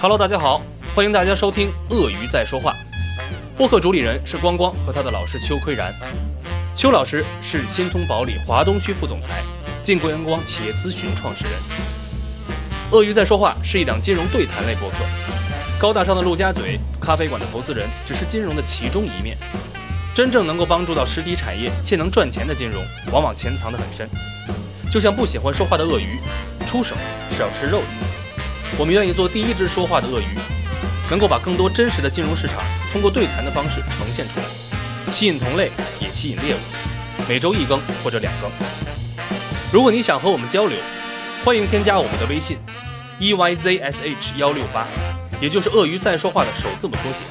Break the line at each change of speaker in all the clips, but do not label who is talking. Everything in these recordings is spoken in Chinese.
Hello，大家好，欢迎大家收听《鳄鱼在说话》。播客主理人是光光和他的老师邱岿然。邱老师是新通宝里华东区副总裁，晋国阳光企业咨询创始人。《鳄鱼在说话》是一档金融对谈类播客，高大上的陆家嘴咖啡馆的投资人只是金融的其中一面，真正能够帮助到实体产业且能赚钱的金融，往往潜藏得很深。就像不喜欢说话的鳄鱼，出手是要吃肉的。我们愿意做第一只说话的鳄鱼，能够把更多真实的金融市场通过对谈的方式呈现出来，吸引同类也吸引猎物。每周一更或者两更。如果你想和我们交流，欢迎添加我们的微信 e y z s h 幺六八，也就是鳄鱼在说话的首字母缩写。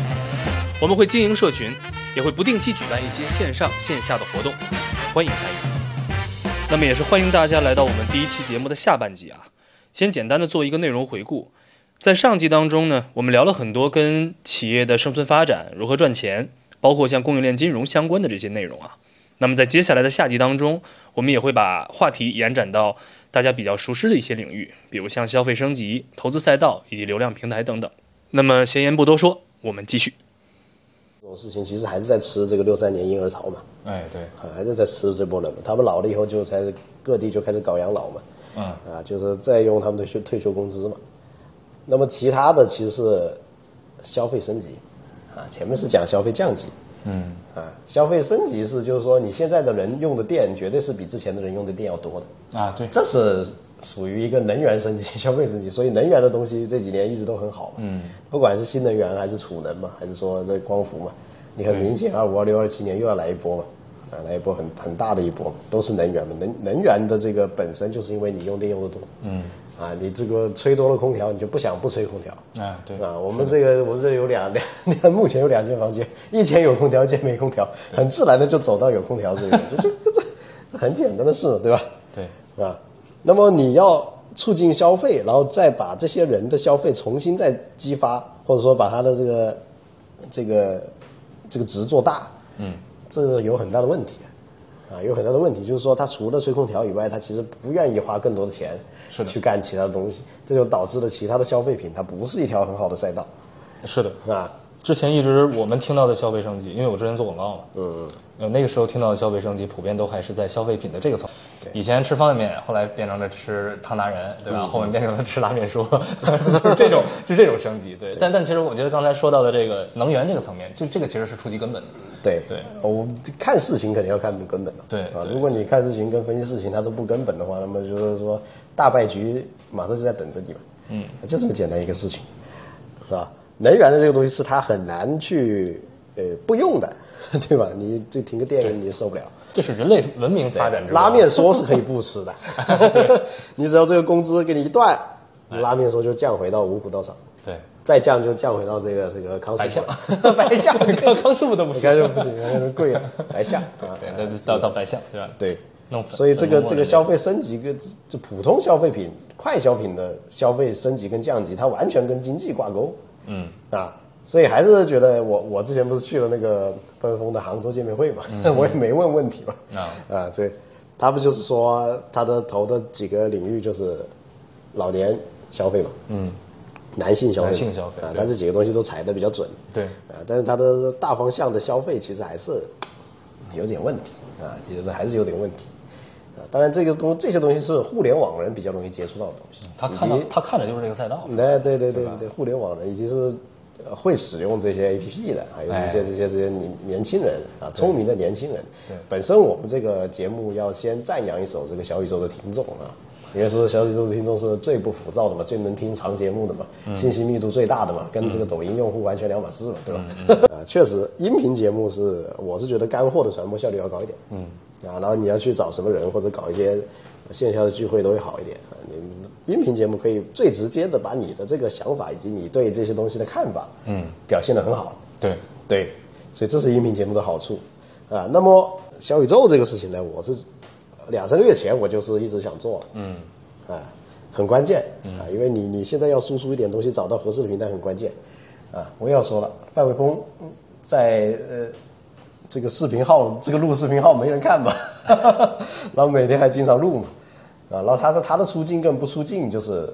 我们会经营社群，也会不定期举办一些线上线下的活动，欢迎参与。那么也是欢迎大家来到我们第一期节目的下半集啊。先简单的做一个内容回顾。在上集当中呢，我们聊了很多跟企业的生存发展、如何赚钱，包括像供应链金融相关的这些内容啊。那么在接下来的下集当中，我们也会把话题延展到大家比较熟悉的一些领域，比如像消费升级、投资赛道以及流量平台等等。那么闲言不多说，我们继续。
这种事情其实还是在吃这个六三年婴儿潮嘛，
哎，对，
啊还是在吃这波人嘛。他们老了以后就才各地就开始搞养老嘛，
嗯，
啊，就是再用他们的退退休工资嘛。那么其他的其实是消费升级，啊，前面是讲消费降级，
嗯，
啊，消费升级是就是说你现在的人用的电绝对是比之前的人用的电要多的，
啊，对，
这是属于一个能源升级、 消费升级，所以能源的东西这几年一直都很好嘛。嗯，不管是新能源还是储能嘛，还是说这光伏嘛，你很明显，二啊五、二六、二七年又要来一波嘛，啊，来一波很很大的一波，都是能源嘛。能能源的这个本身就是因为你用电用的多，嗯，啊，你这个吹多了空调，你就不想不吹空调。
啊，对，
啊，我们这个我们这里有两两两，目前有两间房间，一间有空调，一间没空调，很自然的就走到有空调这个，就就这很简单的事，对吧？
对，
啊，那么你要促进消费，然后再把这些人的消费重新再激发，或者说把他的这个这个这个值做大，嗯，这个有很大的问题。啊，有很大的问题，就是说他除了吹空调以外，他其实不愿意花更多的钱
是的
去干其他的东西，这就导致了其他的消费品它不是一条很好的赛道
是的。
啊。
之前一直我们听到的消费升级，因为我之前做广告嘛，嗯，呃，那个时候听到的消费升级，普遍都还是在消费品的这个层。
对
以前吃方便面，后来变成了吃汤达人，对吧？后面变成了吃拉面 说，就是这种是这种升级。对，但但其实我觉得刚才说到的这个能源这个层面，就这个其实是触及根本的。
对
对，
我们看事情肯定要看根本的。
对
啊，
对
如果你看事情跟分析事情它都不根本的话，那么就是说大败局马上就在等着你嘛。嗯，就这么简单一个事情，是吧？能源的这个东西是它很难去呃不用的， 对吧？你这停个电你也受不了。
这是人类文明发展之
拉
光
面说是可以不 吃的，你只要这个工资给你一断，
哎
拉面说就降回到五谷道场，
对，
再降就降回到这个这个康师傅了，白象，
康 康师傅都不
你
行，
看就不行，你看就贵了，白 象啊，
哎对，那就到到白象，对吧？
对，
弄粉
所以这个
粉末
这
的
个消费升级跟这普通消费品、快消品的消费升级跟降级，它完全跟经济挂钩。嗯啊，所以还是觉得我我之前不是去了那个分封的杭州见面会嘛，我也没问问题嘛。
嗯啊
啊，对，他不就是说他的投的几个领域就是老年消费嘛，嗯，男性消费嘛，
男性消费
啊，
对
他这几个东西都裁的比较准。
对。
啊，但是它的大方向的消费其实还是有点问题啊，其实还是有点问题啊。当然，这个东这些东西是互联网人比较容易接触到的东西，
他看到他看的就是这个赛道，
那对对对对，互联网人以及是呃会使用这些 A P P 的，还有一些
哎
这些这些年年轻人啊，聪明的年轻人。对，本身我们这个节目要先赞扬一首这个小宇宙的听众啊。应该说，小宇宙的听众是最不浮躁的嘛，最能听长节目的嘛，信息密度最大的嘛，跟这个抖音用户完全两码事嘛，对吧？ 啊，确实，音频节目是我是觉得干货的传播效率要高一点，嗯，啊，然后你要去找什么人或者搞一些线下的聚会都会好一点。啊你们音频节目可以最直接的把你的这个想法以及你对这些东西的看法，嗯，表现得很好。
对，
对，所以这是音频节目的好处啊。那么小宇宙这个事情呢，我是呃两三个月前我就是一直想做，嗯，啊，很关键啊，因为你你现在要输出一点东西，找到合适的平台很关键啊。我也要说了，范伟峰嗯在呃这个视频号这个录视频号没人看吧， 然后每天还经常录嘛，啊，然后他的他的出镜跟不出镜就是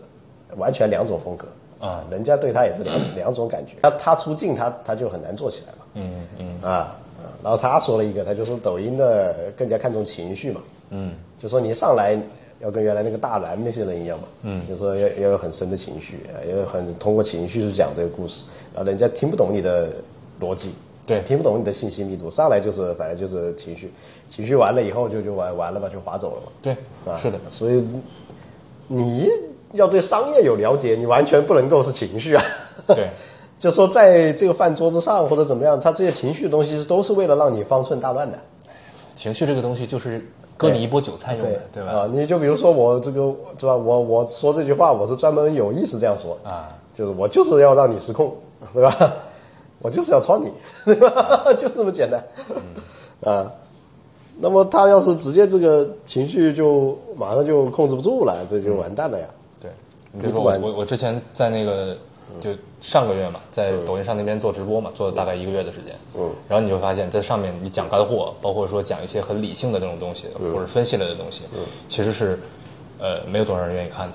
完全两种风格。啊，人家对他也是两两种感觉。他他出镜，他他就很难做起来嘛。嗯嗯啊啊，然后他说了一个，他就说抖音的更加看重情绪嘛。嗯，就说你一上来要跟原来那个大蓝那些人一样嘛。嗯，就说要要有很深的情绪，啊要有很通过情绪去讲这个故事，然后人家听不懂你的逻辑。
对
听不懂你的信息密度，上来就是反正就是情绪，情绪完了以后就就完完了吧，就划走了嘛。
对，
啊，
是的，
所以你要对商业有了解，你完全不能够是情绪啊。
对，
就说在这个饭桌之上或者怎么样，他这些情绪的东西是都是为了让你方寸大乱的，
情绪这个东西就是割你一波韭菜用的，对吧？
啊，你就比如说我这个是吧，我我说这句话，我是专门有意识这样说
啊，
就是我就是要让你失控，对吧？ 我就是要抄你，对吧？ 就这么简单，
嗯
啊。那么他要是直接这个情绪就马上就控制不住了，这
嗯
就完蛋了呀。
对，你比如
你不
说我
管
我我之前在那个就上个月嘛，在抖音上那边做直播嘛，做了大概一个月的时间。嗯，然后你就发现，在上面你讲干货，包括说讲一些很理性的那种东西，或者分析类的东西，其实是呃没有多少人愿意看的。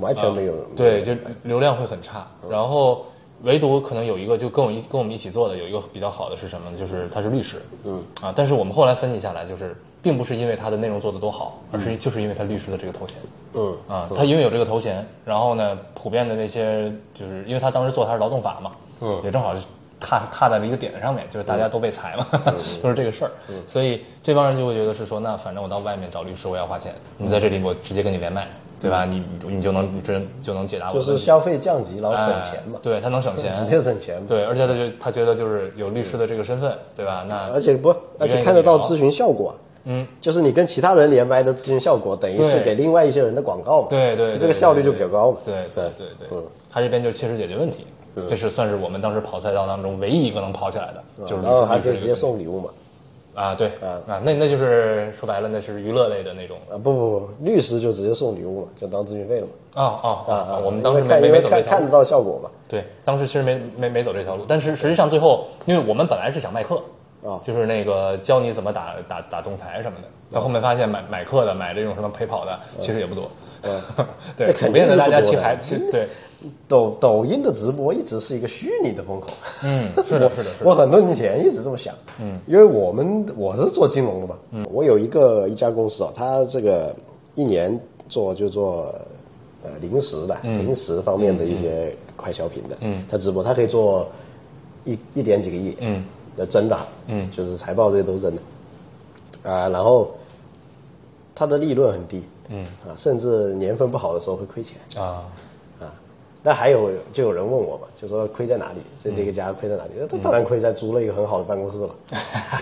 完全没有。
对，嗯就流量会很差。然后唯独可能有一个，就跟我一跟我们一起做的有一个比较好的是什么呢？就是他是律师，嗯啊，但是我们后来分析下来，就是并不是因为他的内容做得多好，而是就是因为他律师的这个头衔。
嗯
啊，他因为有这个头衔，然后呢，普遍的那些就是因为他当时做他是劳动法嘛，嗯，也正好是踏踏在了一个点上面，就是大家
嗯
都被裁嘛， 都是这个事儿，所以这帮人就会觉得是说，那反正我到外面找律师我要花钱，
嗯
你在这里我直接跟你连麦，对吧？你你就能你真就能解答我的
就
问题，
是消费降级，然后省
哎
钱嘛，
对他能省钱，
直接省钱嘛。嗯
对，而且他就他觉得就是有律师的这个身份，对吧？那
而且不，而且看得到咨询效果。嗯，就是你跟其他人连麦的咨询效果，等于是
对
给另外一些人的广告嘛。
对
所
对
以
对
这个效率就比较高嘛。
对对对对，
嗯
他这边就切实解决问题，这是算是我们当时跑赛道当中唯一一个能跑起来的，就是
嗯
律
然后
师
还可以
律
直
师
接送礼物嘛。
啊，对啊，那那就是说白了，那是娱乐类的那种。
啊不不不，律师就直接送礼物嘛，就当咨询费了嘛。
哦哦哦
啊
哦，我们当时
因为
没
看
没
因
没
为
走这
看
条
看
路
得，到效果嘛。
对，当时其实没没没走这条路，但是实际上最后，因为我们本来是想卖课
啊
就是那个教你怎么打打打仲裁什么的，到后面发现买买课的买这种什么陪跑的其实也不多， 对，
哦那肯定
普遍的
是
大
不
家
多
其实
的
还其实 对，
抖抖音的直播一直是一个虚拟的风口。
嗯，是的，是的，是的，
我很多年前一直这么想，嗯，因为我们我是做金融的嘛，嗯，我有一个一家公司啊，它这个一年做就做呃零食的，零食方面的一些快消品的，嗯，它直播它可以做一一点几个亿，嗯，那真的，嗯，就是财报这些都是真的，啊、然后它的利润很低，嗯，啊，甚至年份不好的时候会亏钱，
啊，
啊。那还有就有人问我嘛，就说亏在哪里？
嗯
这这个家亏在哪里？那他当然亏在租了一个很好的办公室 了，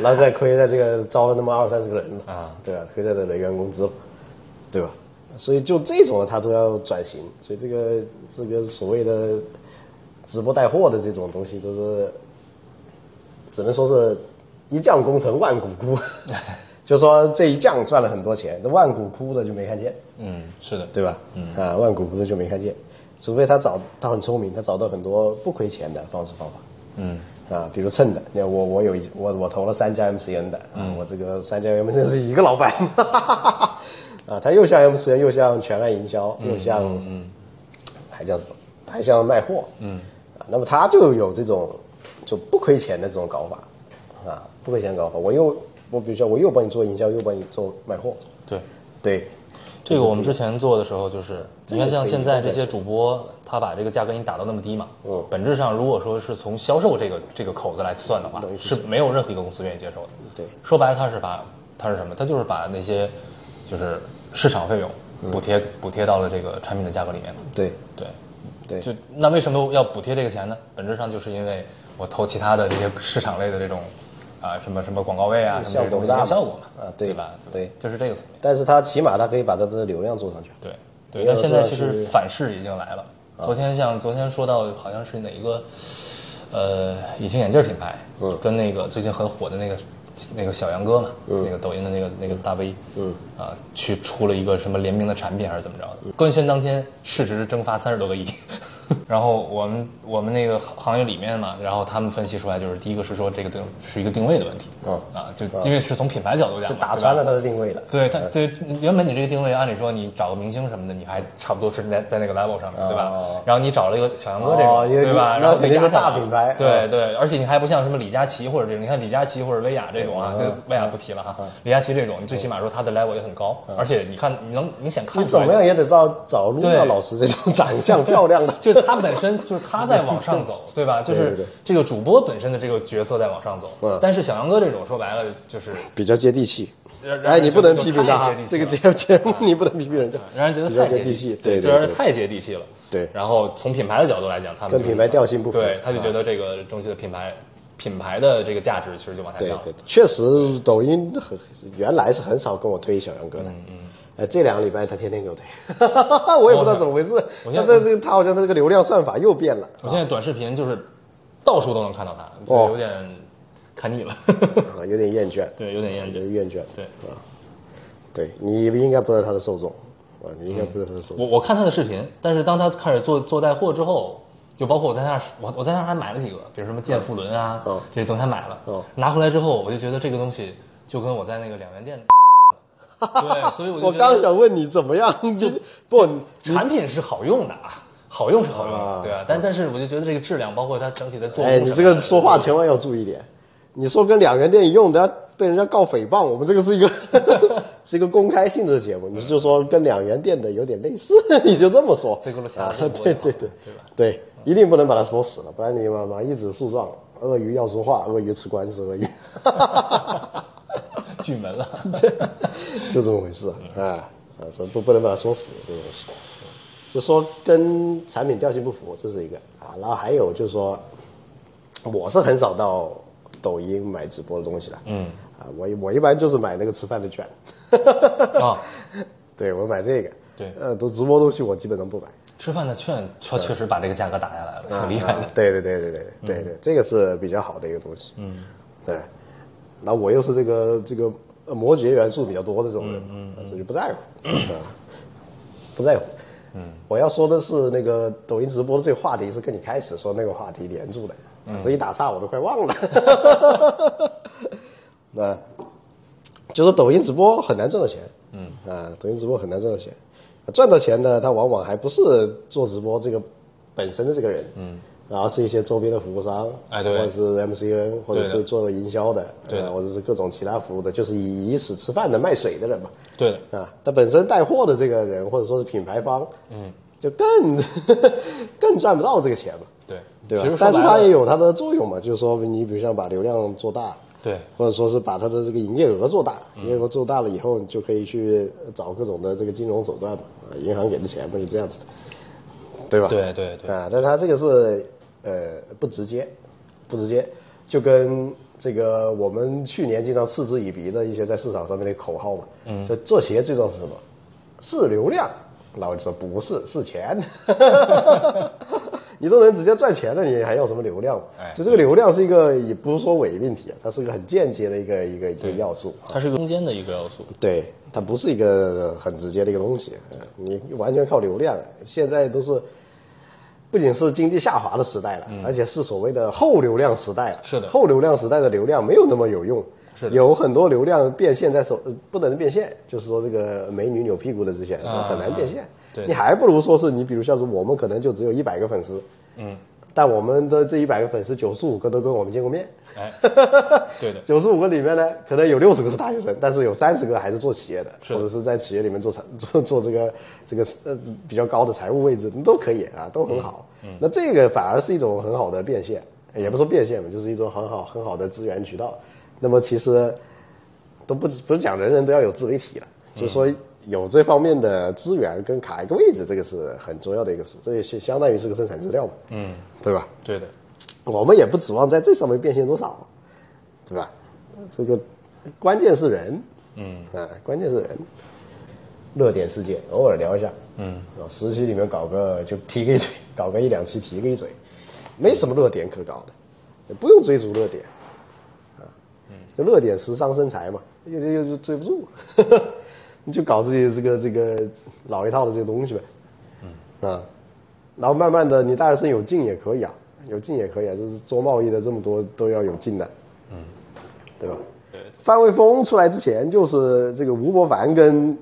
然后再亏在这个招了那么二三十个人了，
啊
对吧？亏在这人员工资了，对吧？所以就这种的他都要转型，所以这个这个所谓的直播带货的这种东西都是只能说是一将功成万骨枯， 就说这一将赚了很多钱，这万骨枯的就没看见。
嗯，是的，
对吧？嗯啊，万古不是就没看见，除非他找他很聪明，他找到很多不亏钱的方式方法。嗯啊，比如蹭的，那我我有一我我投了三家 MCN 的，啊，我这个三家 MCN 是一个老板， 啊，他又像 MCN 又像全外营销，又像还叫什么？还像卖货，嗯，啊，那么他就有这种就不亏钱的这种搞法，啊，不亏钱的搞法，我又我比如说我又帮你做营销，又帮你做卖货，
对。
对，
这个我们之前做的时候，就是
这
你
个
看，像
可以
现在
再
这些
说
主播，他把这个价格给你打到那么低嘛，
嗯
本质上如果说是从销售这个这个口子来算的话，是没有任何一个公司愿意接受的。
对，
说白了，他是把他是什么？他就是把那些就是市场费用
嗯
补贴补贴到了这个产品的价格里面嘛。
对，
对，
对，
就那为什么要补贴这个钱呢？本质上就是因为我投其他的这些市场类的这种啊什么什么广告位啊什么这种东西
效果大嘛
没效果嘛，
啊对
吧？
对
就是这个层面。
但是他起码他可以把他的流量做上去。
对对，
也
但
有
现
这
在
样
其
去
实反噬已经来了。昨天像昨天说到好像是哪一个，呃，隐形眼镜品牌，
嗯
跟那个最近很火的那个那个小杨哥嘛，
嗯
那个抖音的那个那个大 V，嗯，啊，去出了一个什么联名的产品还是怎么着的？官宣当天市值蒸发三十多个亿， 然后我们我们那个行行业里面嘛，然后他们分析出来就是第一个是说这个定是一个定位的问题，
嗯
啊，就因为是从品牌角度讲嘛，
就打
对吧
穿了它的定位了。
对他对，原本你这个定位，按理说你找个明星什么的，你还差不多是在在那个 level 上面，对吧
哦？
然后你找了一个小杨哥这
哦
种，
也
对吧？
那
然后
肯定
就压
是大
上
品牌
对
嗯
对，而且你还不像什么李佳琦或者这种，你看李佳琦或者薇娅这种啊，
嗯嗯
就薇娅不提了哈，李佳琦这种，你最起码说他的 level 也很高，而且你看你能明显看
你
出
怎
来
么。样也得找找露娜
对，
老师这种长相漂亮的
就是他本身，就是他在往上 走，对吧？就
对对
是
对
这个主播本身的这个角色在往上走
嗯，
但是小杨哥这种说白了就是，
比较接地气。
让
哎，你不能
让人
批
觉得
评他
太
啊
接地，气
这个
了
节目节目你不能批评 人家，
让人觉得
比较
太
接
接
地气。对
就让人
对对，
太接地气了。
对
然后从品牌的角度来讲，他们
跟
就是
品牌调啊性不符
对，他就觉得这个东西的品牌品牌的这个价值其实就往下
对
掉了。
对，确实抖音很原来是很少跟我推小杨哥的。
嗯
呃，这两个礼拜他天天给我推， 我也不知道怎么回事。
我
他
现在
这这他好像他这个流量算法又变了。
我现在短视频就是到处都能看到他，就
哦
有点看腻了。
啊，有点厌倦，
对有点厌倦
哦有点厌倦，
对
啊，对你应该不是他的受众啊，你应该不是他的受众
我我看他的视频，但是当他开始做做带货之后，就包括我在那儿，我我在那儿还买了几个，比如什么健腹轮啊、
嗯
这些东西还买了。
嗯
拿回来之后，我就觉得这个东西就跟我在那个两 元店，对，所以我就
我
觉得
刚想问你怎么样，你 不，
产品是好用的啊，好用是好用的，
啊
对啊，但但是我就觉得这个质量，包括它整体的做工
哎，
什么的，
你这个说话千万要注意点。你说跟两元店用的被人家告诽谤，我们这个是一个 是一个公开性的节目，你就说跟两元店的有点类似， 你就这么说。
这个路
啊
瞎子，
对对对
对，对吧？
对，一定不能把它说死了，不然你妈妈一纸诉状，鳄鱼要说话，鳄鱼吃官司，鳄鱼。
巨门了，
就这么回事啊啊，说不不能把它说死这个东西，就说跟产品调性不符，这是一个啊。然后还有就是说，我是很少到抖音买直播的东西的，嗯啊，我我一般就是买那个吃饭的券，
啊，
对我买这个，
对
呃，都直播东西我基本上不买，
吃饭的券确确实把这个价格打下来
嗯
了，挺厉害的。
对对对对对对对对，这个是比较好的一个东西。嗯，对。那我又是这个这个呃摩羯元素比较多的这种人，嗯，所以就不在 乎，啊不在乎。嗯，我要说的是那个抖音直播的这个话题是跟你开始说那个话题连住的，
嗯
这一打岔我都快忘了。 那就说抖音直播很难赚到钱，嗯啊，抖音直播很难赚到钱，啊赚到钱呢，他往往还不是做直播这个本身的这个人，嗯，然后是一些周边的服务商，
哎对
或者是 MCN，或者
对
是
的
做营销的，
对的
啊或者是各种其他服务的，就是以以此吃饭的卖水的人嘛，
对的，
啊，他本身带货的这个人或者说是品牌方，嗯，就更 更赚不到这个钱嘛，
对
对
其实
吧？
说
但是
白
它
了
也有它的作用嘛，就是说你比如像把流量做大，
对
或者说是把它的这个营业额做大，
嗯
营业额做大了以后，你就可以去找各种的这个金融手段嘛，啊银行给的钱嘛，就这样子的，对吧？
对对对
啊，但它这个是呃不直接，不直接，就跟这个我们去年经常嗤之以鼻的一些在市场上面的口号嘛，嗯，就做鞋最重要是什么？是流量，然后就说不是，是 钱。你都能直接赚钱了，你还要什么流量？
哎
就这个流量是一个，也不是说伪命题啊，它是一个很间接的一个一个一个要素。
它是个中间的一个要素。
对，它不是一个很直接的一个东西，呃你完全靠流量。现在都是不仅是经济下滑的时代了，而且是所谓的后流量时代了。
嗯是的
后流量时代的流量没有那么有用。
是的
有很多流量变现在手呃不能变现，就是说这个美女扭屁股的这些
啊
很难变现。
对
你还不如说是你，比如像是我们可能就只有一百个粉丝，嗯，但我们的这一百个粉丝九十五个都跟我们见过面，
哎，对的，
九十五个里面呢，可能有六十个是大学生，但是有三十个还是做企业的，
是
或者是在企业里面做财 做做这个这个呃比较高的财务位置都可以啊，都很好。
嗯
那这个反而是一种很好的变现，也不说变现吧，就是一种很好很好的资源渠道。那么其实都不不是讲人人都要有自媒体了，
嗯
就是说有这方面的资源跟卡一个位置，这个是很重要的一个事，这也是相当于是个生产资料嘛，嗯，对吧？
对的，
我们也不指望在这上面变现多少，对吧？这个关键是人，嗯啊，关键是人。热点事件偶尔聊一下，嗯，啊，十期里面搞个就提个一嘴， 搞个一两期提个一嘴，没什么热点可搞的，也不用追逐热点，啊，就热点时尚身材嘛，又又又追不住， 你就搞自己这个这个老一套的这个东西呗，嗯啊，然后慢慢的，你大学生有进也可以啊，有进也可以啊，就是做贸易的这么多都要有进的，嗯，对吧？范卫锋出来之前就是这个吴伯凡跟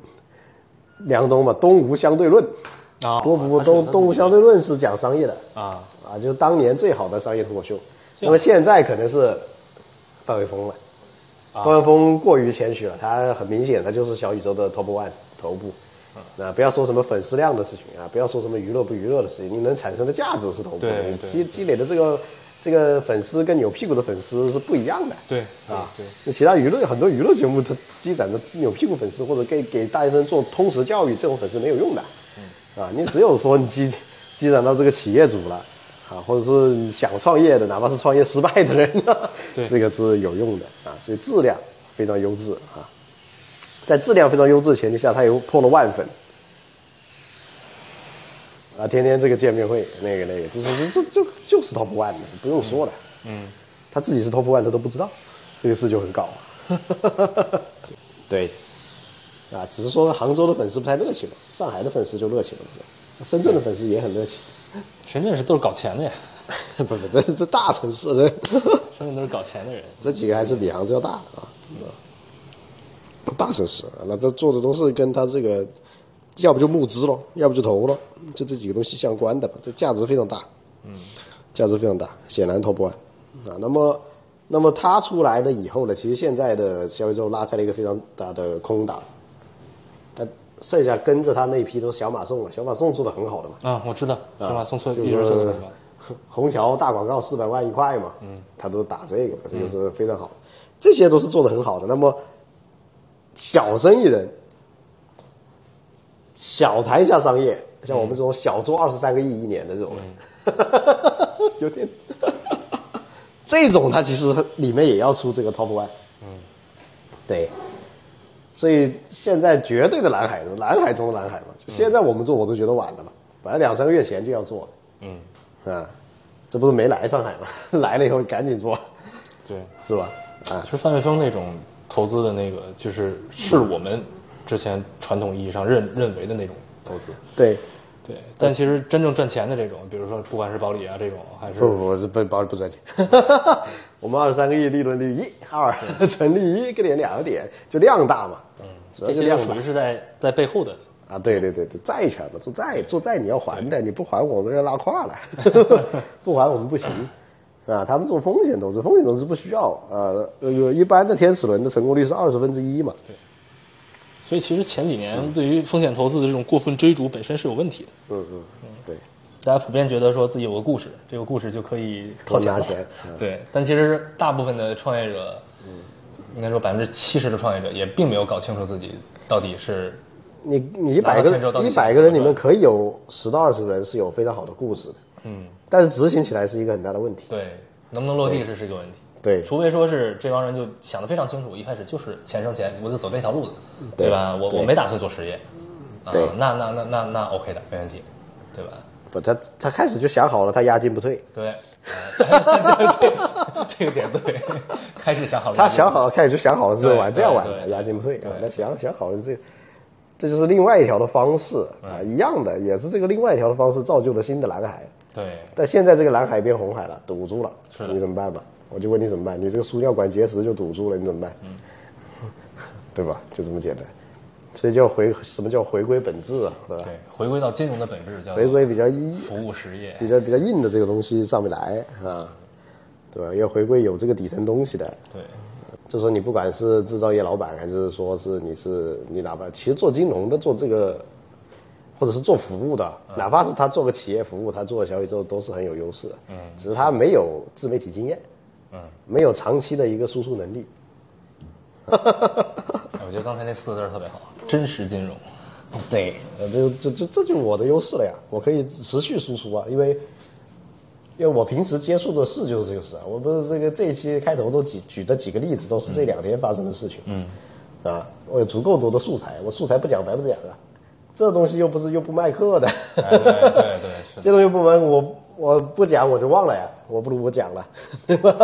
梁冬嘛，东吴相对论
啊
东吴
他是
东
他是
东吴相对论是讲商业的
啊，
啊，就是当年最好的商业脱口秀。那么现在可能是范卫锋了，
啊
范卫锋过于谦虚了，他很明显他就是小宇宙的 top one 头部。
嗯
那不要说什么粉丝量的事情啊，不要说什么娱乐不娱乐的事情，你能产生的价值是头部的，
对
你
对
积积累的这个这个粉丝跟有屁股的粉丝是不一样的。
对
啊
对，
那其他娱乐很多娱乐节目，它积攒着有屁股粉丝或者给给大学生做通识教育，这种粉丝没有用的。
嗯
啊，你只有说你积积攒到这个企业主了，啊，或者是你想创业的，哪怕是创业失败的人，
对
这个是有用的啊。所以质量非常优质啊，在质量非常优质的前提下，他又破了万粉。啊，天天这个见面会，那个那个，就是这这就就是 top one 的，不用说了。嗯，他自己是 top one，他都不知道，这个事就很搞。 对，啊，只是说杭州的粉丝不太热情嘛，上海的粉丝就热情了，深圳的粉丝也很热情。
深圳是都是搞钱的呀，
不 不，这这大城市这
深圳都是搞钱的人。
这几个还是比杭州要大的啊。大城市，啊，那这做的都是跟他这个，要不就募资咯，要不就投咯，就这几个东西相关的吧，这价值非常大，嗯，价值非常大，显然投不完啊。那么，那么他出来了以后呢，其实现在的消费之后拉开了一个非常大的空档，那剩下跟着他那一批都是小马送了，小马送做的很好的嘛，
啊，我知道，是吧？送错
就
一直送
是
错什么？
虹桥大广告四百万一块嘛，嗯，他都打这个，这个是非常好，这些都是做的很好的。那么小生意人、小谈一下商业，像我们这种小做二十三个亿一年的这种人， 有点，这种他其实里面也要出这个 top one，嗯，对。所以现在绝对的蓝海，蓝海中的蓝海嘛。就现在我们做，我都觉得晚了嘛。本来两三个月前就要做，啊，这不是没来上海吗？ 来了以后赶紧做，
对，
是吧？啊，
其实范卫锋那种投资的那个，就是是我们之前传统意义上认认为的那种投资。
对，
对，但其实真正赚钱的这种，比如说不管是保理啊这种，还是
不不不不保不赚钱， 我们二十三个亿利润率一二， 纯利一个点两个点，就量大嘛，嗯，主要
这
是
些都
量
属
大
于是在在背后的。
啊，对对对对，债权嘛，做债做债你要还的，你不还我都要拉胯了， 不还我们不行。啊，他们做风险投资，风险投资不需要啊，呃，有一般的天使轮的成功率是二十分之一嘛，
所以其实前几年对于风险投资的这种过分追逐本身是有问题的。
嗯嗯，对，
大家普遍觉得说自己有个故事，这个故事就可以
靠
套
拿
了
钱，
对，但其实大部分的创业者，应该说百分之七十的创业者也并没有搞清楚自己到底是
你你一百个
拿到钱之后到
人
底
一
想
百个人里面可以有十到二十个人是有非常好的故事的，嗯，但是执行起来是一个很大的问题。
对能不能落地是是个问题。
对
除非说是这帮人就想得非常清楚，一开始就是钱生钱，我就走这条路子，
对
对吧？我
对
我没打算做实业，啊
对，
那那那那那 OK 的，没问题，对吧？
不，他他开始就想好了，他押金不退，
对，呃这个点对， 开始想好了，
他想好了，开始就想好了这么玩，
对
这样玩
对对
押金不退
对
啊，他想想好了这个，这就是另外一条的方式
嗯
啊，一样的，也是这个另外一条的方式造就了新的蓝海，
对，
但现在这个蓝海变红海了，堵住了，
是的
你怎么办吧？我就问你怎么办？你这个输尿管结石就堵住了，你怎么办？ 对吧？就这么简单，所以叫回什么叫回归本质啊？对吧？
对，回归到金融的本质，叫
回归比较硬
服务实业，
比较比较硬的这个东西上不来啊，对吧？要回归有这个底层东西的，
对，
就说你不管是制造业老板，还是说是你是你哪怕其实做金融的做这个，或者是做服务的，哪怕是他做个企业服务，他做小宇宙都是很有优势的。嗯，只是他没有自媒体经验，嗯，没有长期的一个输出能力。
哎我觉得刚才那四个字儿特别好，真实 金融，
对，呃这这这这就是我的优势了呀，我可以持续输出啊，因为因为我平时接触的事就是这个事啊，我不是这个这一期开头都举举的几个例子都是这两天发生的事情，嗯，啊，我有足够多的素材，我素材不讲白不讲啊，这东西又不是又不卖课的，
哎对对对，是的，
这东西不问我我不讲我就忘了呀，我不如我讲了， 对吧？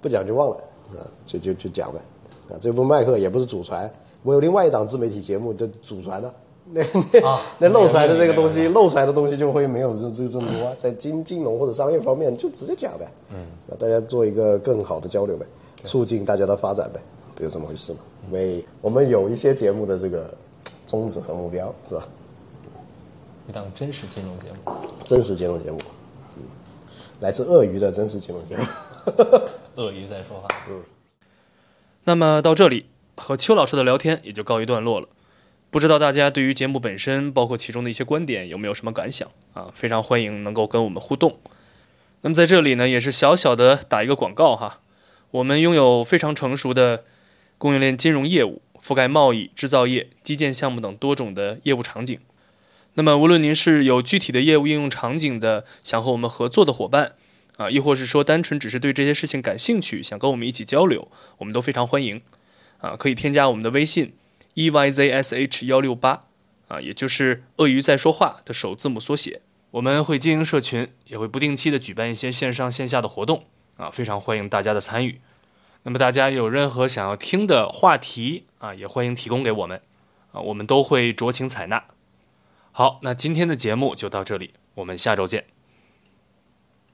不讲就忘了啊，就就就讲呗啊，这不卖课也不是祖传，我有另外一档自媒体节目的祖传呢、那那、
啊
那露出来的这个东
明
西，露出来的东西就会没有这这这么多啊。在金金融或者商业方面，就直接讲呗。嗯，那大家做一个更好的交流呗，促进大家的发展呗，不就这么回事嘛？
嗯
因为我们有一些节目的这个宗旨和目标是吧？
一档真实金融节目，
真实金融节目，嗯，来自鳄鱼的真实金融节目。
鳄鱼在说话。
嗯
那么到这里，和邱老师的聊天也就告一段落了。不知道大家对于节目本身，包括其中的一些观点，有没有什么感想啊？非常欢迎能够跟我们互动。那么在这里呢，也是小小的打一个广告哈，我们拥有非常成熟的供应链金融业务，覆盖贸易、制造业、基建项目等多种的业务场景。那么，无论您是有具体的业务应用场景的，想和我们合作的伙伴，啊，亦或是说单纯只是对这些事情感兴趣，想跟我们一起交流，我们都非常欢迎。啊，可以添加我们的微信 e y z s h 幺六八，啊，也就是“鳄鱼在说话”的首字母缩写。我们会经营社群，也会不定期的举办一些线上线下的活动，啊，非常欢迎大家的参与。那么大家有任何想要听的话题啊，也欢迎提供给我们，啊，我们都会酌情采纳。好，那今天的节目就到这里，我们下周见。